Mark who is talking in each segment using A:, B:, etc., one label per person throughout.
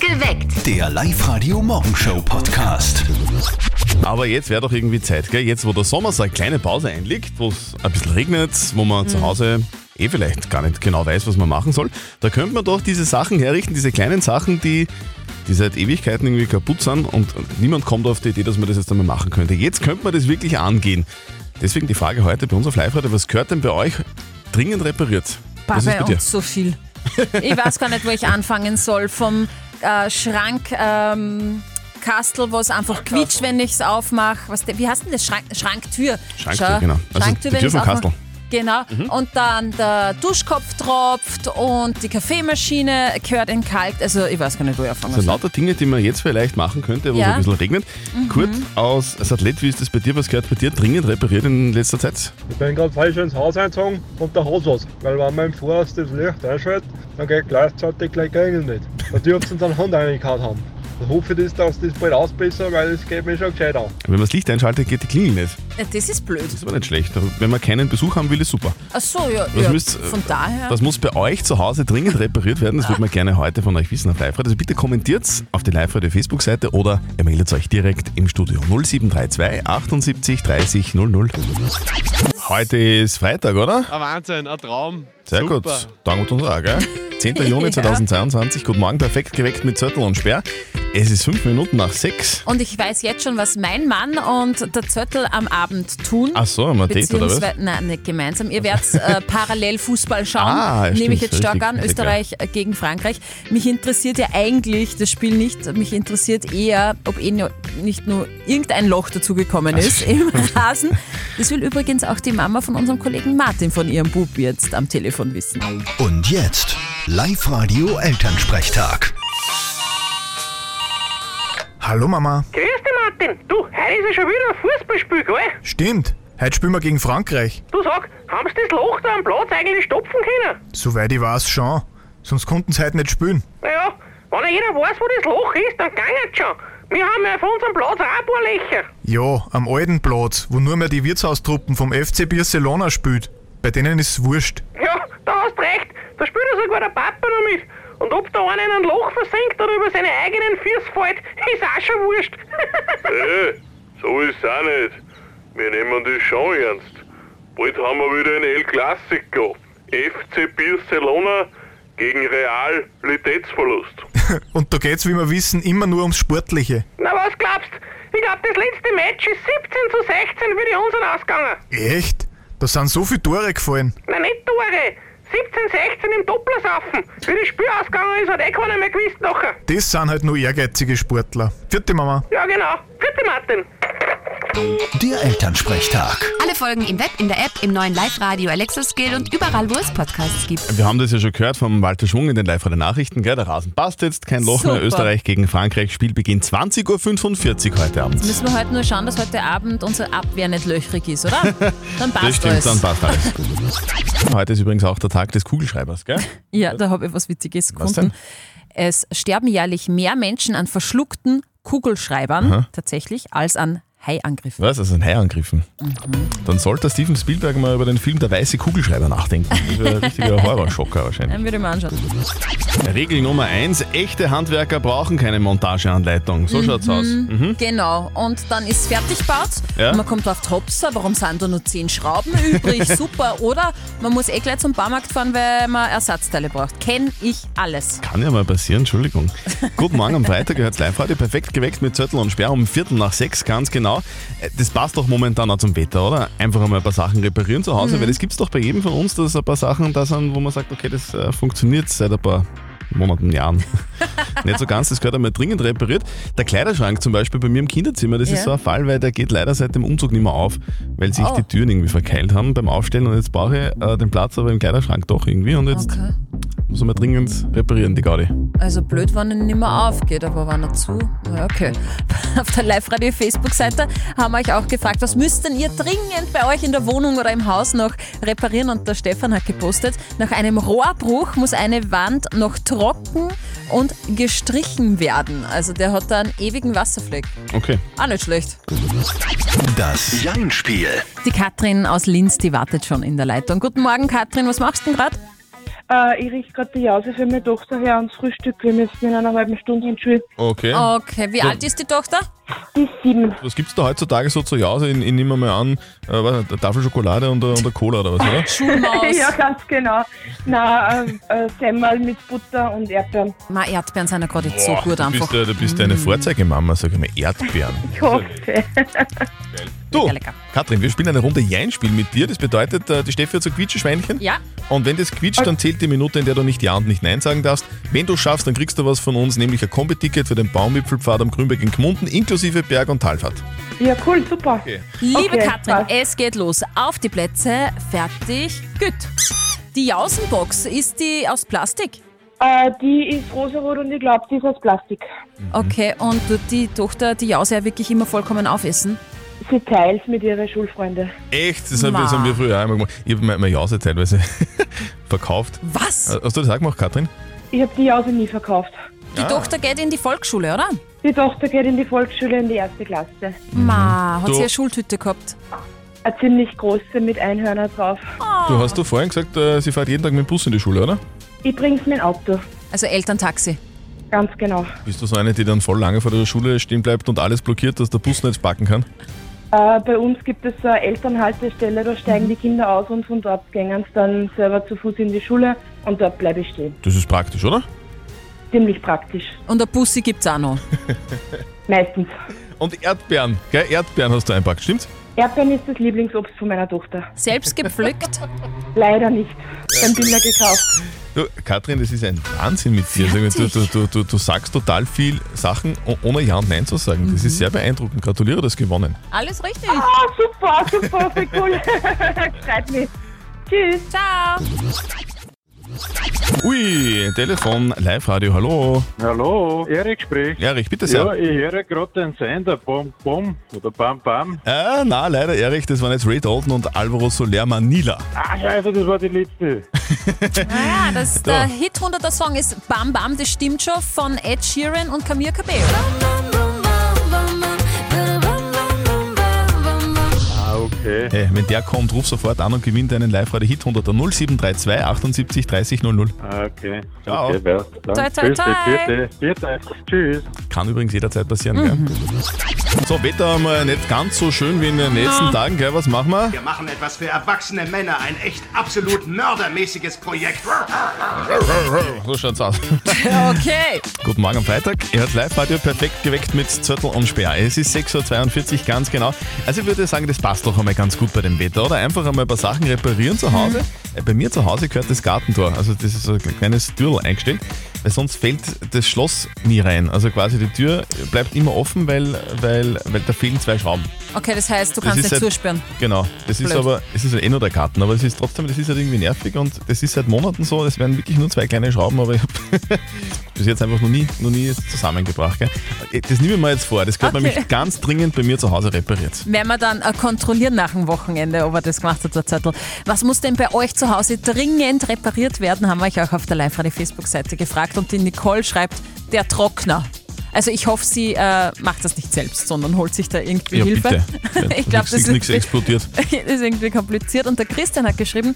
A: Geweckt.
B: Der Live-Radio-Morgenshow-Podcast.
C: Aber jetzt wäre doch irgendwie Zeit, gell? Jetzt, wo der Sommer so eine kleine Pause einlegt, wo es ein bisschen regnet, wo man
D: Mhm.
C: zu Hause eh vielleicht gar nicht genau weiß, was man machen soll, da könnte man doch diese Sachen herrichten, diese kleinen Sachen, die, die seit Ewigkeiten irgendwie kaputt sind und niemand kommt auf die Idee, dass man das jetzt einmal machen könnte. Jetzt könnte man das wirklich angehen. Deswegen die Frage heute bei uns auf Live heute, was gehört denn bei euch dringend repariert?
D: Bah,
C: was ist
D: bei
C: bei dir?
D: uns so viel. Ich weiß gar nicht, wo ich anfangen soll. Vom äh, Schrank. Ähm Kastel, wo es einfach quietscht, wenn ich es aufmache. Was de- Wie heißt denn das? Schrank, Schranktür.
C: Schranktür,
D: Schau,
C: genau. Also
D: Schranktür,
C: die
D: wenn
C: Tür
D: ich's
C: vom
D: aufmach.
C: Kastel. Mhm.
D: Genau. Und dann der Duschkopf tropft und die Kaffeemaschine gehört entkalt. Also ich weiß gar nicht, wo ich anfangen
C: Das sind
D: soll.
C: lauter Dinge, die man jetzt vielleicht machen könnte, wo es
D: Ja. Mhm.
C: ein bisschen regnet. Kurt aus Athlet, wie ist das bei dir? Was gehört bei dir dringend repariert in letzter Zeit?
E: Ich bin gerade falsch ins Haus eingezogen und der Haus was. Weil wenn man im Voraus das Licht einschaltet, dann geht gleichzeitig gleich Gänge nicht. Da dürfen sie einen Hund reingehauen haben. Ich hoffe, dass das das bald ausbessern, weil es geht mir schon gescheit an.
C: Wenn man das Licht einschaltet, geht die Klingel nicht.
D: Ja, Das ist blöd.
C: Das ist aber nicht schlecht. Aber Wenn man keinen Besuch haben will, ist super.
D: Ach so, ja.
C: Das
D: ja.
C: müsst- äh,
D: Von daher.
C: Das muss bei euch zu Hause dringend repariert werden. Das würde man gerne heute von euch wissen auf live Also bitte kommentiert auf die live Facebook-Seite oder ihr meldet euch direkt im Studio 0732 78 30 00. Heute ist Freitag, oder?
F: Ein Wahnsinn, ein Traum.
C: Sehr
F: Super.
C: gut. Dank und Tag, gell? 10. Juni
D: Ja.
C: 2022. Guten Morgen, perfekt geweckt mit Zettel und Sperr. Es ist fünf Minuten nach sechs.
D: Und ich weiß jetzt schon, was mein Mann und der Zöttel am Abend tun.
C: Ach so, haben wir ein Date oder was?
D: Beziehungsweise, nein, nicht gemeinsam. Ihr werdet äh, parallel Fußball schauen.
C: Ah, ja,
D: Nehme
C: stimmt,
D: ich jetzt stark
C: richtig,
D: an.
C: richtig,
D: Österreich äh, gegen Frankreich. Mich interessiert ja eigentlich das Spiel nicht. Mich interessiert eher, ob eh nur, nicht nur irgendein Loch dazugekommen ist im Rasen. Das will übrigens auch die Mama von unserem Kollegen Martin von ihrem Bub jetzt am Telefon wissen.
B: Und jetzt Live-Radio-Elternsprechtag.
G: Hallo Mama.
H: Grüß dich, Martin. Du, heute ist ja schon wieder ein Fußballspiel, gell?
G: Stimmt, heute spielen wir gegen Frankreich.
H: Du sag, haben sie das Loch da am Platz eigentlich stopfen können?
G: Soweit ich weiß, schon. Sonst konnten sie heute nicht spielen.
H: Naja, wenn ja jeder weiß, wo das Loch ist, dann ging's schon. Wir haben ja auf unserem Platz auch ein paar Löcher.
G: Ja, am alten Platz, wo nur mehr die Wirtshaustruppen vom FC Barcelona spielt. Bei denen ist's wurscht.
H: Ja, da hast recht. Da spielt ja sogar der Papa noch mit. Und ob da einer in ein Loch versinkt oder über seine eigenen Füße fällt, ist auch schon wurscht.
I: Hey, so ist's auch nicht. Wir nehmen das schon ernst. Bald haben wir wieder ein El Clasico. FC Barcelona gegen Real Litätsverlust.
G: Und da geht's, wie wir wissen, immer nur ums Sportliche.
H: Na, was glaubst? Ich glaub, das letzte Match ist 17 zu 16 für die unseren ausgegangen.
G: Echt? Da sind so viele Tore gefallen.
H: Na nicht Tore! 17-16 im Dopplersaufen! Wie das Spiel ausgegangen ist, hat eh keiner mehr gewusst nachher.
G: Das sind halt nur ehrgeizige Sportler. Vierte Mama.
H: Ja genau. Vierte Martin.
B: Der Elternsprechtag.
A: Alle Folgen im Web, in der App, im neuen Live-Radio Alexa Skill und überall, wo es Podcasts gibt.
C: Wir haben das ja schon gehört vom Walter Schwung in den live der Nachrichten. Gell? Der Rasen passt jetzt, kein Loch mehr.
D: Super.
C: Österreich gegen Frankreich. Spielbeginn 20.45 Uhr heute Abend.
D: Müssen wir heute nur schauen, dass heute Abend unsere Abwehr nicht löchrig ist, oder? Dann passt
C: Das stimmt,
D: alles.
C: dann passt alles. Heute ist übrigens auch der Tag des Kugelschreibers, gell?
D: Ja, da habe ich was Witziges
C: Was
D: gefunden. Es sterben jährlich mehr Menschen an verschluckten Kugelschreibern tatsächlich als an Haiangriffen.
C: Was? Also ein Hai angriffen.
D: Mhm.
C: Dann sollte Steven Spielberg mal über den Film Der weiße Kugelschreiber nachdenken. Das wäre ein richtiger Horrorschocker wahrscheinlich.
D: Dann würde ich mir anschauen. Ähm.
C: Regel Nummer eins: Echte Handwerker brauchen keine Montageanleitung. So schaut's aus. Mhm.
D: Genau, und dann ist fertig gebaut.
C: Ja.
D: Und Man kommt drauf, Hopsa, warum sind da nur 10 Schrauben übrig? Super, oder? Man muss eh gleich zum Baumarkt fahren, weil man Ersatzteile braucht. Kenn ich alles.
C: Kann ja mal passieren, Entschuldigung. Guten Morgen am Freitag, gehört live heute perfekt geweckt mit Zettel und Sperr um Viertel nach sechs, ganz genau. Äh, Das passt doch momentan auch zum Wetter, oder? Einfach einmal ein paar Sachen reparieren zu
D: Mhm.
C: Hause, weil das gibt's doch bei jedem von uns, dass ein paar Sachen da sind, wo man sagt, okay, das äh, funktioniert seit ein paar Monaten, Jahren. Nicht so ganz, das gehört einmal dringend repariert. Der Kleiderschrank zum Beispiel bei mir im Kinderzimmer, das ist
D: Ja.
C: so ein Fall, weil der geht leider seit dem Umzug nicht mehr auf, weil sich
D: Oh.
C: die Türen irgendwie verkeilt haben beim Aufstellen und jetzt brauche ich äh, den Platz aber im Kleiderschrank doch irgendwie und jetzt
D: Okay.
C: muss man dringend reparieren, die Gaudi.
D: Also blöd, wenn er nicht mehr aufgeht, aber wenn er zu, naja, okay. Auf der Live-Radio-Facebook-Seite haben wir euch auch gefragt, was müsst denn ihr dringend bei euch in der Wohnung oder im Haus noch reparieren? Und der Stefan hat gepostet, nach einem Rohrbruch muss eine Wand noch trocken und gestrichen werden. Also der hat da einen ewigen Wasserfleck.
C: Okay.
D: Auch nicht schlecht.
B: Das Jein-Spiel.
D: Die Katrin aus Linz, die wartet schon in der Leitung. Guten Morgen, Katrin, was machst du denn gerade?
H: Äh, ich richte gerade die Jause für meine Tochter her ans Frühstück. Wir müssen in einer halben Stunde in die Schule.
J: Okay.
D: Okay, wie alt ist die Tochter?
H: Die ist sieben.
C: Was gibt's da heutzutage so zu Jause? Ich, ich nehme mal an, äh, was, eine Tafel Schokolade und, äh, und eine Cola oder was, oder?
D: Schulmaus.
H: Ja, ganz genau. Na, äh, äh, Semmel mit Butter und Erdbeeren.
D: Ma, Erdbeeren sind ja gerade jetzt so
C: Boah,
D: gut
C: du bist,
D: einfach. Mm.
C: ja- Du bist ja eine Vorzeigemama, sag ich mal, Erdbeeren.
H: Ich hoffe.
C: Du,
D: Lecker, lecker.
C: Katrin, wir spielen eine Runde Jein-Spiel mit dir. Das bedeutet, äh, die Steffi hat so Quietscheschweinchen.
D: Ja.
C: Und wenn das quietscht, dann zählt die Minute, in der du nicht Ja und nicht Nein sagen darfst. Wenn du schaffst, dann kriegst du was von uns, nämlich ein Kombi-Ticket für den Baumwipfelpfad am Grünberg in Gmunden, inklusive Berg- und Talfahrt.
H: Ja, cool, super.
D: Liebe
H: Okay,
D: Katrin,
H: passt.
D: es geht los. Auf die Plätze, fertig, gut. Die Jausenbox, ist die aus Plastik?
H: Äh, die ist rosarot und ich glaube, die ist aus Plastik.
D: Okay, und tut die Tochter die Jause ja wirklich immer vollkommen aufessen?
H: Sie teilt mit ihren Schulfreunden.
C: Echt? Das haben, wir,
D: Ma.
C: das haben wir früher auch immer gemacht. Ich habe meine Jause teilweise verkauft.
D: Was?
C: Hast du das auch gemacht, Katrin?
H: Ich habe die Jause nie verkauft.
D: Die Tochter geht in die Volksschule, oder?
H: Die Tochter geht in die Volksschule in die erste Klasse.
D: Ma, hat
C: Du-
D: sie eine Schultüte gehabt?
H: Eine ziemlich große mit Einhörner drauf.
C: Du hast doch vorhin gesagt, äh, sie fährt jeden Tag mit dem Bus in die Schule, oder?
H: Ich bring's mit dem Auto.
D: Also Elterntaxi.
H: Ganz genau.
C: Bist du so eine, die dann voll lange vor der Schule stehen bleibt und alles blockiert, dass der Bus nicht packen kann?
H: Äh, bei uns gibt es so eine Elternhaltestelle, da steigen die Kinder aus und von dort gehen sie dann selber zu Fuß in die Schule und dort bleibe ich stehen.
C: Das ist praktisch, oder?
H: Ziemlich praktisch.
D: Und der Bussi gibt's auch noch.
H: Meistens.
C: Und Erdbeeren, gell? Erdbeeren hast du einpackt, stimmt's?
H: Erdbeeren ist das Lieblingsobst von meiner Tochter.
D: Selbst gepflückt.
H: Leider nicht. Beim Bilder gekauft.
C: Du, Katrin, das ist ein Wahnsinn mit dir. Sag mal, Du, du, du, du, du sagst total viel Sachen, o- ohne Ja und Nein zu sagen. Das ist sehr beeindruckend. Gratuliere, das gewonnen.
D: Alles richtig.
H: Ah, super, super, voll cool. Schreibt mich. Tschüss.
D: Ciao.
C: Ui, Telefon, Live-Radio, hallo.
E: Hallo, Erik spricht.
C: Erich, bitte
E: Ja,
C: sehr.
E: ich höre gerade den Sender, Bom Bom oder Bam Bam.
C: Äh, na, leider, Erich, das waren jetzt Ray Dalton und Alvaro Soler Manila.
E: Ah, scheiße, das war die letzte.
D: Ja, das, der Hit 100er Song ist Bam Bam, das stimmt schon, von Ed Sheeran und Camille Cabello.
E: Ah, okay.
C: Hey, Äh, wenn der kommt, ruf sofort an und gewinnt einen Live-Radio-Hit 100er 0732 78 30 00.
E: Ah, okay.
C: Ciao.
E: Okay, passt. Dann
D: Toi, toi,
E: grüß dich,
D: toi.
E: vierte, vierte. Tschüss.
C: Kann übrigens jederzeit passieren, gell? So, Wetter mal nicht ganz so schön wie in den letzten Tagen, gell? Was machen wir?
K: Wir machen etwas für erwachsene Männer, ein echt absolut mördermäßiges Projekt.
C: So schaut's aus.
D: Okay.
C: Guten Morgen am Freitag. Ihr hört Live-Radio perfekt geweckt mit Zürtel und Sperr. Es ist 6.42 Uhr, ganz genau. Also ich würde sagen, das passt doch einmal ganz gut bei dem Wetter, oder? Einfach einmal ein paar Sachen reparieren zu Hause. Äh, Bei mir zu Hause gehört das Gartentor. Also das ist so ein kleines Türl eingestellt, weil sonst fällt das Schloss nie rein. Also quasi die Tür bleibt immer offen, weil, weil, weil da fehlen zwei Schrauben.
D: Okay, das heißt, du
C: Das
D: kannst
C: ist
D: nicht
C: halt-
D: zusperren.
C: Genau, das ist
D: Blöd.
C: aber, es ist eh nur der Garten, aber es ist trotzdem, das ist halt irgendwie nervig und das ist seit Monaten so, es werden wirklich nur zwei kleine Schrauben, aber ich habe bis jetzt einfach noch nie, noch nie zusammengebracht. Gell? Äh, Das nehme ich mir jetzt vor, das gehört
D: Okay.
C: nämlich ganz dringend bei mir zu Hause repariert.
D: Werden wir dann äh, kontrollieren nach dem Wochenende, ob er das gemacht hat, der Zettel. Was muss denn bei euch zu Hause dringend repariert werden, haben wir euch auch auf der Live-Radio-Facebook-Seite gefragt. Und die Nicole schreibt, der Trockner. Also ich hoffe, sie äh, macht das nicht selbst, sondern holt sich da irgendwie Hilfe. ich glaube, das
C: ist nichts
D: ist
C: explodiert.
D: das ist irgendwie kompliziert. Und der Christian hat geschrieben,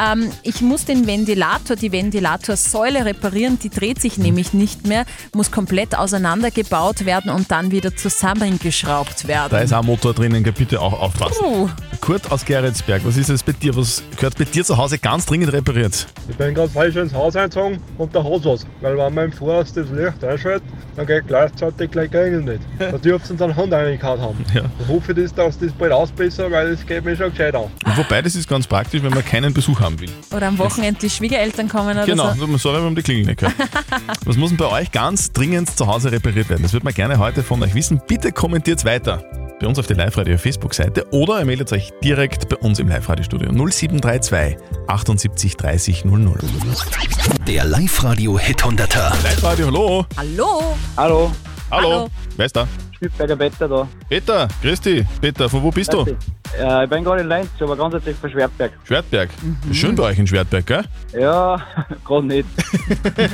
D: ähm, ich muss den Ventilator, die Ventilatorsäule reparieren, die dreht sich nämlich nicht mehr, muss komplett auseinandergebaut werden und dann wieder zusammengeschraubt
C: Da
D: werden.
C: ist auch ein Motor drinnen, gell, bitte auch aufpassen.
D: Uh,
C: Kurt aus Geretsberg, was ist es bei dir? Was gehört bei dir zu Hause ganz dringend repariert?
E: Ich bin gerade falsch ins Haus eingezogen und da hat was. Weil wenn mein Vorhaus das Licht einschaltet, dann geht gleichzeitig gleich Gänge nicht. Da dürfen sie dann Hand reingehauen haben.
C: Ja.
E: Ich hoffe, dass das das bald ausbessern, weil es geht mir schon gescheit an.
D: Ah.
C: Und wobei, das ist ganz praktisch, wenn man keinen Besuch haben will.
D: oder am Wochenende die Schwiegereltern kommen oder
C: Genau,
D: so.
C: sorry, wir haben die Klingel nicht gehört. Was muss denn bei euch ganz dringend zu Hause repariert werden? Das würde man gerne heute von euch wissen. Bitte kommentiert weiter bei uns auf der Live-Radio-Facebook-Seite oder ihr meldet euch direkt bei uns im Live-Radio-Studio 0732 78 30 00.
K: Der Live-Radio Hit 100er.
C: Live-Radio, hallo.
D: Hallo?
E: Hallo,
C: Hallo.
D: Hallo.
C: Wer ist da?
E: Schmidberger Wetter da.
C: Peter, grüß dich. Peter, von wo bist du?
E: Äh, ich bin gerade in Lenz, aber grundsätzlich von Schwertberg.
C: Schwertberg. Schön bei euch in Schwertberg, gell?
E: Mhm. Ja, gerade nicht.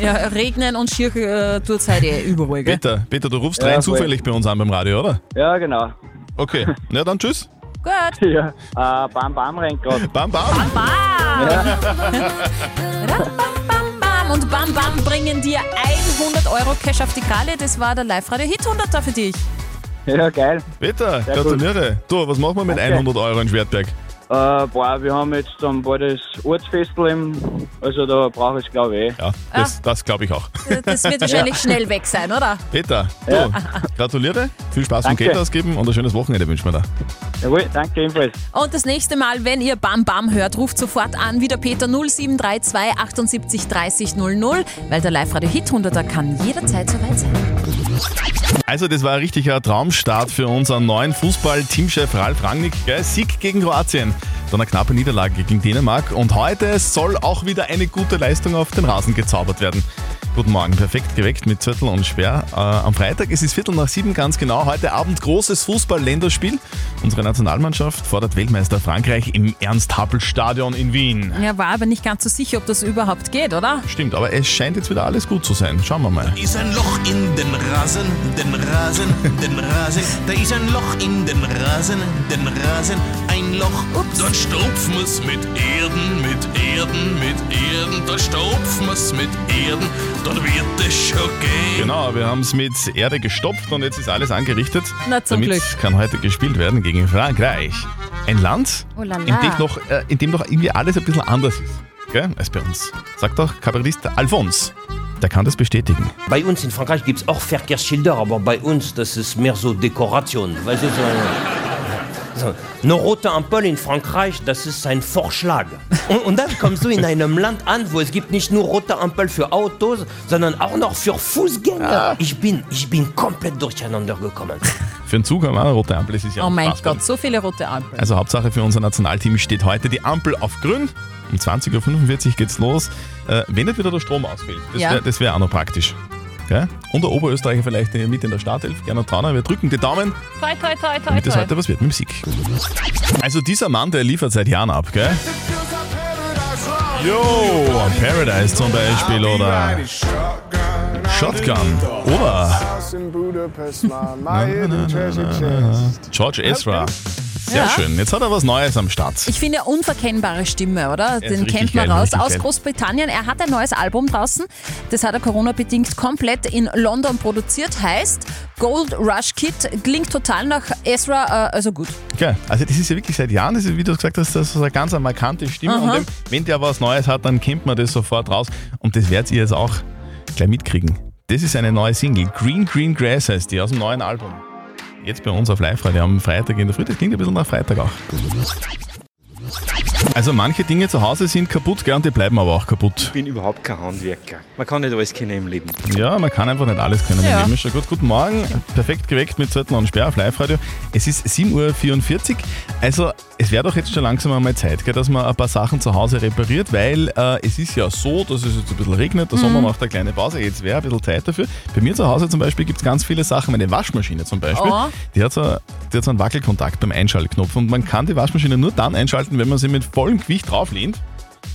D: Ja, regnen und schier äh, tut's heute eh überall, gell?
C: Peter, Peter, du rufst
E: Ja,
C: rein
E: voll.
C: zufällig bei uns an beim Radio, oder?
E: Ja, genau.
C: Okay. Na dann tschüss.
D: Gut.
E: Ja. Äh, bam Bam rennt gerade.
C: Bam, bam.
D: Bam. Bam und Bam Bam bringen dir 100 Euro Cash auf die Kalle. Das war der Live-Radio-Hit 100er für dich.
L: Ja, geil.
C: Peter,
L: Sehr
C: gratuliere. Du, was machen wir mit
L: Danke.
C: 100 Euro in Schwertberg?
L: Äh, boah, wir haben jetzt dann bald das Ortsfestel im, also da brauche ich glaube ich eh.
C: Ja, das, das glaube ich auch.
D: Das wird wahrscheinlich schnell weg sein, oder?
C: Peter, du, gratuliere. Viel Spaß beim
L: Danke.
C: Geld ausgeben und ein schönes Wochenende wünschen wir dir.
L: Jawohl, danke ebenfalls.
D: Und das nächste Mal, wenn ihr Bam Bam hört, ruft sofort an, wieder Peter 0732 78 30 00, weil der Live-Radio-Hit 100er kann jederzeit soweit sein.
C: Also, das war ein richtiger Traumstart für unseren neuen Fußball-Teamchef Ralf Rangnick. Gell? Sieg gegen Kroatien, dann eine knappe Niederlage gegen Dänemark und heute soll auch wieder eine gute Leistung auf den Rasen gezaubert werden. Guten Morgen, perfekt geweckt mit Zettel und Sperr. Äh, am Freitag es ist Viertel nach sieben ganz genau. Heute Abend großes Fußball-Länderspiel. Unsere Nationalmannschaft fordert Weltmeister Frankreich im Ernst-Happel-Stadion in Wien.
D: Ja, war aber nicht ganz so sicher, ob das überhaupt geht, oder?
C: Stimmt, aber es scheint jetzt wieder alles gut zu sein. Schauen wir mal.
M: ist ein Loch in den Rasen, den Rasen, den Rasen. Da ist ein Loch in den Rasen, den Rasen, ein Loch. Dort stopfen wir's mit Erden, mit Erden, mit Erden. Dort stopfen wir's mit Erden, dort wird es schon gehen.
C: Genau, wir haben es mit Erde gestopft und jetzt ist alles angerichtet.
D: Na, zum
C: Damit
D: Glück.
C: kann heute gespielt werden gegen Frankreich. Ein Land,
D: Oh la la.
C: in dem, noch, äh, in dem noch irgendwie alles ein bisschen anders ist gell, als bei uns. Sagt doch Kabarettist Alphonse. Der kann das bestätigen.
B: Bei uns in Frankreich gibt es auch Verkehrsschilder, aber bei uns, das ist mehr so Dekoration. Weißt du, so eine, so eine rote Ampel in Frankreich, das ist ein Vorschlag. Und, und dann kommst du in einem Land an, wo es gibt nicht nur rote Ampel für Autos, sondern auch noch für Fußgänger. Ich bin, ich bin komplett durcheinander gekommen.
C: Für einen Zug haben wir auch eine rote Ampel, das ist ja
D: Oh mein
C: unfassbar.
D: Gott, so viele rote Ampeln.
C: Also Hauptsache für unser Nationalteam steht heute die Ampel auf grün. Um 20.45 Uhr geht's los. Äh, wenn nicht wieder der Strom ausfällt. Das
D: Ja.
C: wäre wär auch noch praktisch. Gell? Und der Oberösterreicher vielleicht äh, mit in der Startelf. Gernot Trauner, wir drücken die Daumen.
D: Toi, toi, toi, toi,
C: Damit es heute was wird mit dem Sieg. Also dieser Mann, der liefert seit Jahren ab, gell? Yo, Paradise zum Beispiel oder Shotgun oder George Ezra. Sehr
D: Ja.
C: schön. Jetzt hat er was Neues am Start.
D: Ich finde, unverkennbare Stimme, oder?
C: ist
D: Den
C: richtig
D: kennt man
C: geil,
D: raus
C: richtig
D: aus
C: geil.
D: Großbritannien. Er hat ein neues Album draußen. Das hat er Corona-bedingt komplett in London produziert. Heißt Gold Rush Kid. Klingt total nach Ezra, äh, also gut.
C: Gell? Also das ist ja wirklich seit Jahren, das ist, wie du gesagt hast, das ist eine ganz markante Stimme.
D: Aha.
C: Und dem, wenn der was Neues hat, dann kennt man das sofort raus. Und das werdet ihr jetzt auch gleich mitkriegen. Das ist eine neue Single. Green Green Grass heißt die aus dem neuen Album. Jetzt bei uns auf Live-Radio am Freitag in der Früh. Das klingt ein bisschen nach Freitag auch. Also manche Dinge zu Hause sind kaputt, gell, und die bleiben aber auch kaputt.
F: Ich bin überhaupt kein Handwerker. Man kann nicht alles kennen im Leben.
C: Ja, man kann einfach nicht alles können. Ja.
F: Ja.
C: Ist schon gut. Guten Morgen, perfekt geweckt mit Zettel und Sperr auf Live-Radio. Es ist 7.44 Uhr. Also, es wäre doch jetzt schon langsam einmal Zeit, gell, dass man ein paar Sachen zu Hause repariert, weil äh, es ist ja so, dass es jetzt ein bisschen regnet. Der Sommer
J: Mhm.
C: macht eine kleine Pause. Jetzt wäre ein bisschen Zeit dafür. Bei mir zu Hause zum Beispiel gibt es ganz viele Sachen. Meine Waschmaschine zum Beispiel,
J: Oh.
C: die hat so die hat so einen Wackelkontakt beim Einschaltknopf und man kann die Waschmaschine nur dann einschalten, wenn man sie mit vollem Gewicht drauflehnt.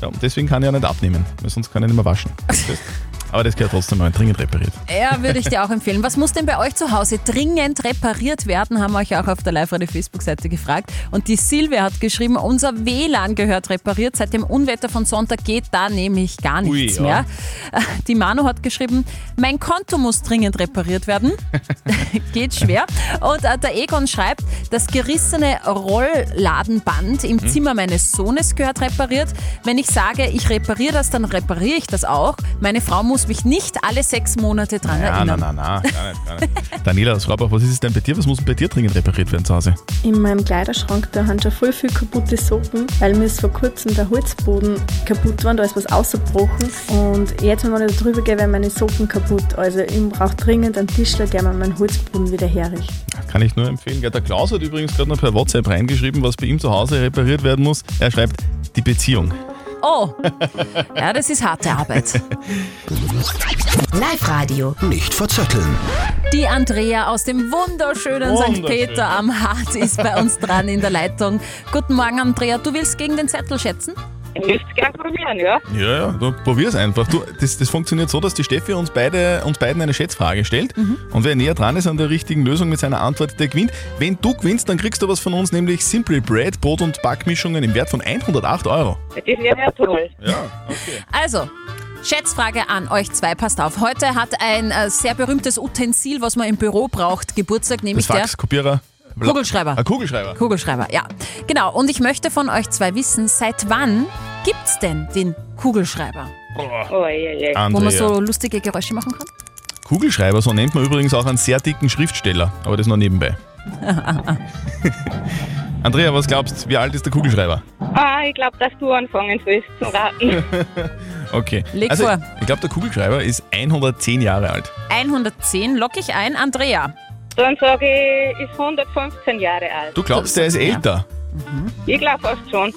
C: Ja, und deswegen kann ich ja nicht abnehmen, weil sonst kann ich nicht mehr waschen. Das- Aber das gehört trotzdem mal dringend repariert.
D: Ja, würde ich dir auch empfehlen. Was muss denn bei euch zu Hause dringend repariert werden, haben wir euch auch auf der Live-Radio-Facebook-Seite gefragt. Und die Silvia hat geschrieben, unser WLAN gehört repariert. Seit dem Unwetter von Sonntag geht da nämlich gar
N: Ui,
D: nichts
N: ja.
D: mehr. Äh, Die Manu hat geschrieben, mein Konto muss dringend repariert werden. geht schwer. Und äh, der Egon schreibt, das gerissene Rollladenband im
N: Mhm.
D: Zimmer meines Sohnes gehört repariert. Wenn ich sage, ich repariere das, dann repariere ich das auch. Meine Frau muss mich nicht alle sechs Monate dran
C: Ja,
D: erinnern.
C: nein, nein, nein, gar nicht, gar nicht. Daniela aus Raubach, was ist es denn bei dir? Was muss denn bei dir dringend repariert werden zu Hause?
O: In meinem Kleiderschrank, da haben schon voll viel kaputte Socken, weil mir ist vor kurzem der Holzboden kaputt war, da ist was ausgebrochen. Und jetzt, wenn man da drüber geht, werden meine Socken kaputt. Also ich brauche dringend einen Tischler, der mir meinen Holzboden wieder herricht.
C: Kann ich nur empfehlen. Ja, Der Klaus hat übrigens gerade noch per WhatsApp reingeschrieben, was bei ihm zu Hause repariert werden muss. Er schreibt, die Beziehung.
D: Oh, ja, das ist harte Arbeit.
A: Live-Radio.
M: Nicht verzetteln.
D: Die Andrea aus dem wunderschönen St.
M: Wunderschön.
D: Peter am Hart ist bei uns dran in der Leitung. Guten Morgen, Andrea. Du willst gegen den Zettel schätzen?
H: Ich würde es gerne probieren, ja.
C: Ja, ja, du probier's einfach. Du, das, das funktioniert so, dass die Steffi uns, beide, uns beiden eine Schätzfrage stellt.
D: Mhm.
C: Und wer näher dran ist an der richtigen Lösung mit seiner Antwort, der gewinnt. Wenn du gewinnst, dann kriegst du was von uns, nämlich Simply Bread, Brot und Backmischungen im Wert von 108 Euro.
H: Das wäre ja toll.
C: Ja.
D: Also, Schätzfrage an euch zwei, passt auf. Heute hat ein äh, sehr berühmtes Utensil, was man im Büro braucht, Geburtstag, nämlich
C: Das
D: der
C: Fax, Kopierer.
D: Kugelschreiber.
C: Ah, Kugelschreiber.
D: Kugelschreiber, ja. Genau, und ich möchte von euch zwei wissen, seit wann gibt's denn den Kugelschreiber?
P: Oh, je, je.
D: Wo man
C: Andrea.
D: so lustige Geräusche machen kann?
C: Kugelschreiber, so nennt man übrigens auch einen sehr dicken Schriftsteller. Aber das noch nebenbei. Andrea, was glaubst wie alt ist der Kugelschreiber?
H: Ah, ich glaube, dass du anfangen willst zu raten.
C: Okay.
D: Leg
C: also,
D: vor.
C: Ich glaube, der Kugelschreiber ist 110 Jahre alt.
D: 110 locke ich ein, Andrea.
H: Dann sage ich, ist 115 Jahre alt.
C: Du glaubst, der ist älter?
H: Ich glaube fast schon.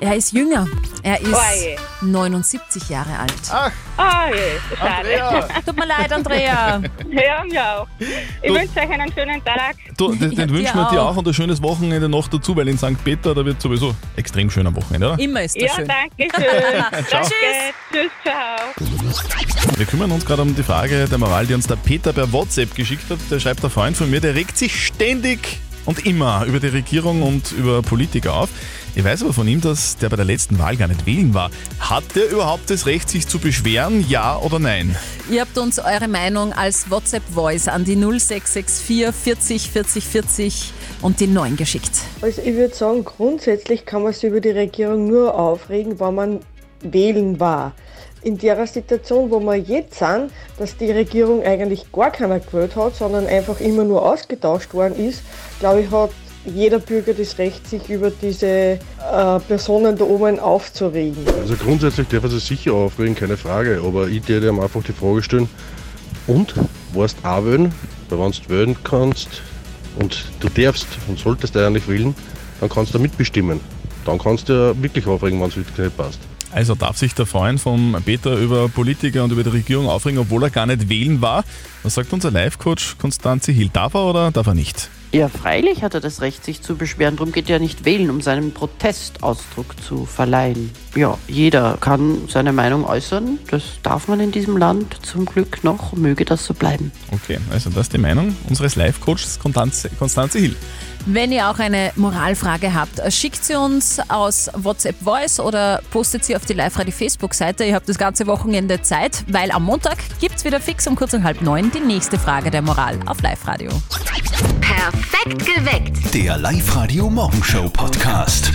D: Er ist jünger. Er ist
H: Oh je.
D: 79 Jahre alt.
H: Ah, je, schade.
D: Andrea. Tut mir leid, Andrea.
H: ja, mir auch. Ich
C: Du-
H: wünsche euch einen schönen Tag.
C: Du, den,
H: Ja,
C: den
H: dir
C: wünschen wir dir
H: auch.
C: auch und ein schönes Wochenende noch dazu, weil in St. Peter, da wird sowieso extrem schön am Wochenende, oder?
D: Immer ist das
H: ja,
D: schön.
H: danke schön.
C: Ciao.
H: Danke. Tschüss, ciao.
C: Wir kümmern uns gerade um die Frage der Moral, die uns der Peter per WhatsApp geschickt hat. Der schreibt, der Freund von mir, der regt sich ständig und immer über die Regierung und über Politiker auf. Ich weiß aber von ihm, dass der bei der letzten Wahl gar nicht wählen war. Hat der überhaupt das Recht, sich zu beschweren, ja oder nein?
D: Ihr habt uns eure Meinung als WhatsApp-Voice an die 0664 40 40 40 und die 9 geschickt.
Q: Also ich würde sagen, grundsätzlich kann man sich über die Regierung nur aufregen, wenn man wählen war. In der Situation, wo wir jetzt sind, dass die Regierung eigentlich gar keiner gewählt hat, sondern einfach immer nur ausgetauscht worden ist, glaube ich, hat jeder Bürger das Recht, sich über diese äh, Personen da oben aufzuregen.
B: Also grundsätzlich darf er sich sicher aufregen, keine Frage. Aber ich würde ihm einfach die Frage stellen, und warst du auch wählen? Weil wenn du wählen kannst und du darfst und solltest eigentlich wählen, dann kannst du mitbestimmen. Dann kannst du ja wirklich aufregen, wenn es wirklich nicht passt.
C: Also darf sich der Freund vom Peter über Politiker und über die Regierung aufregen, obwohl er gar nicht wählen war. Was sagt unser Live-Coach Konstanze Hill? Darf er oder darf er nicht?
R: Ja, freilich hat er das Recht, sich zu beschweren. Darum geht er nicht wählen, um seinem Protest Ausdruck zu verleihen. Ja, jeder kann seine Meinung äußern. Das darf man in diesem Land zum Glück noch. Möge das so bleiben.
C: Okay, also das ist die Meinung unseres Live-Coaches Konstanze, Konstanze Hill.
D: Wenn ihr auch eine Moralfrage habt, äh, schickt sie uns aus WhatsApp Voice oder postet sie auf die Live-Radio Facebook-Seite. Ihr habt das ganze Wochenende Zeit, weil am Montag gibt es wieder fix um kurz um halb neun die nächste Frage der Moral auf Live-Radio.
A: Perfekt geweckt.
S: Der Live-Radio Morgenshow Podcast.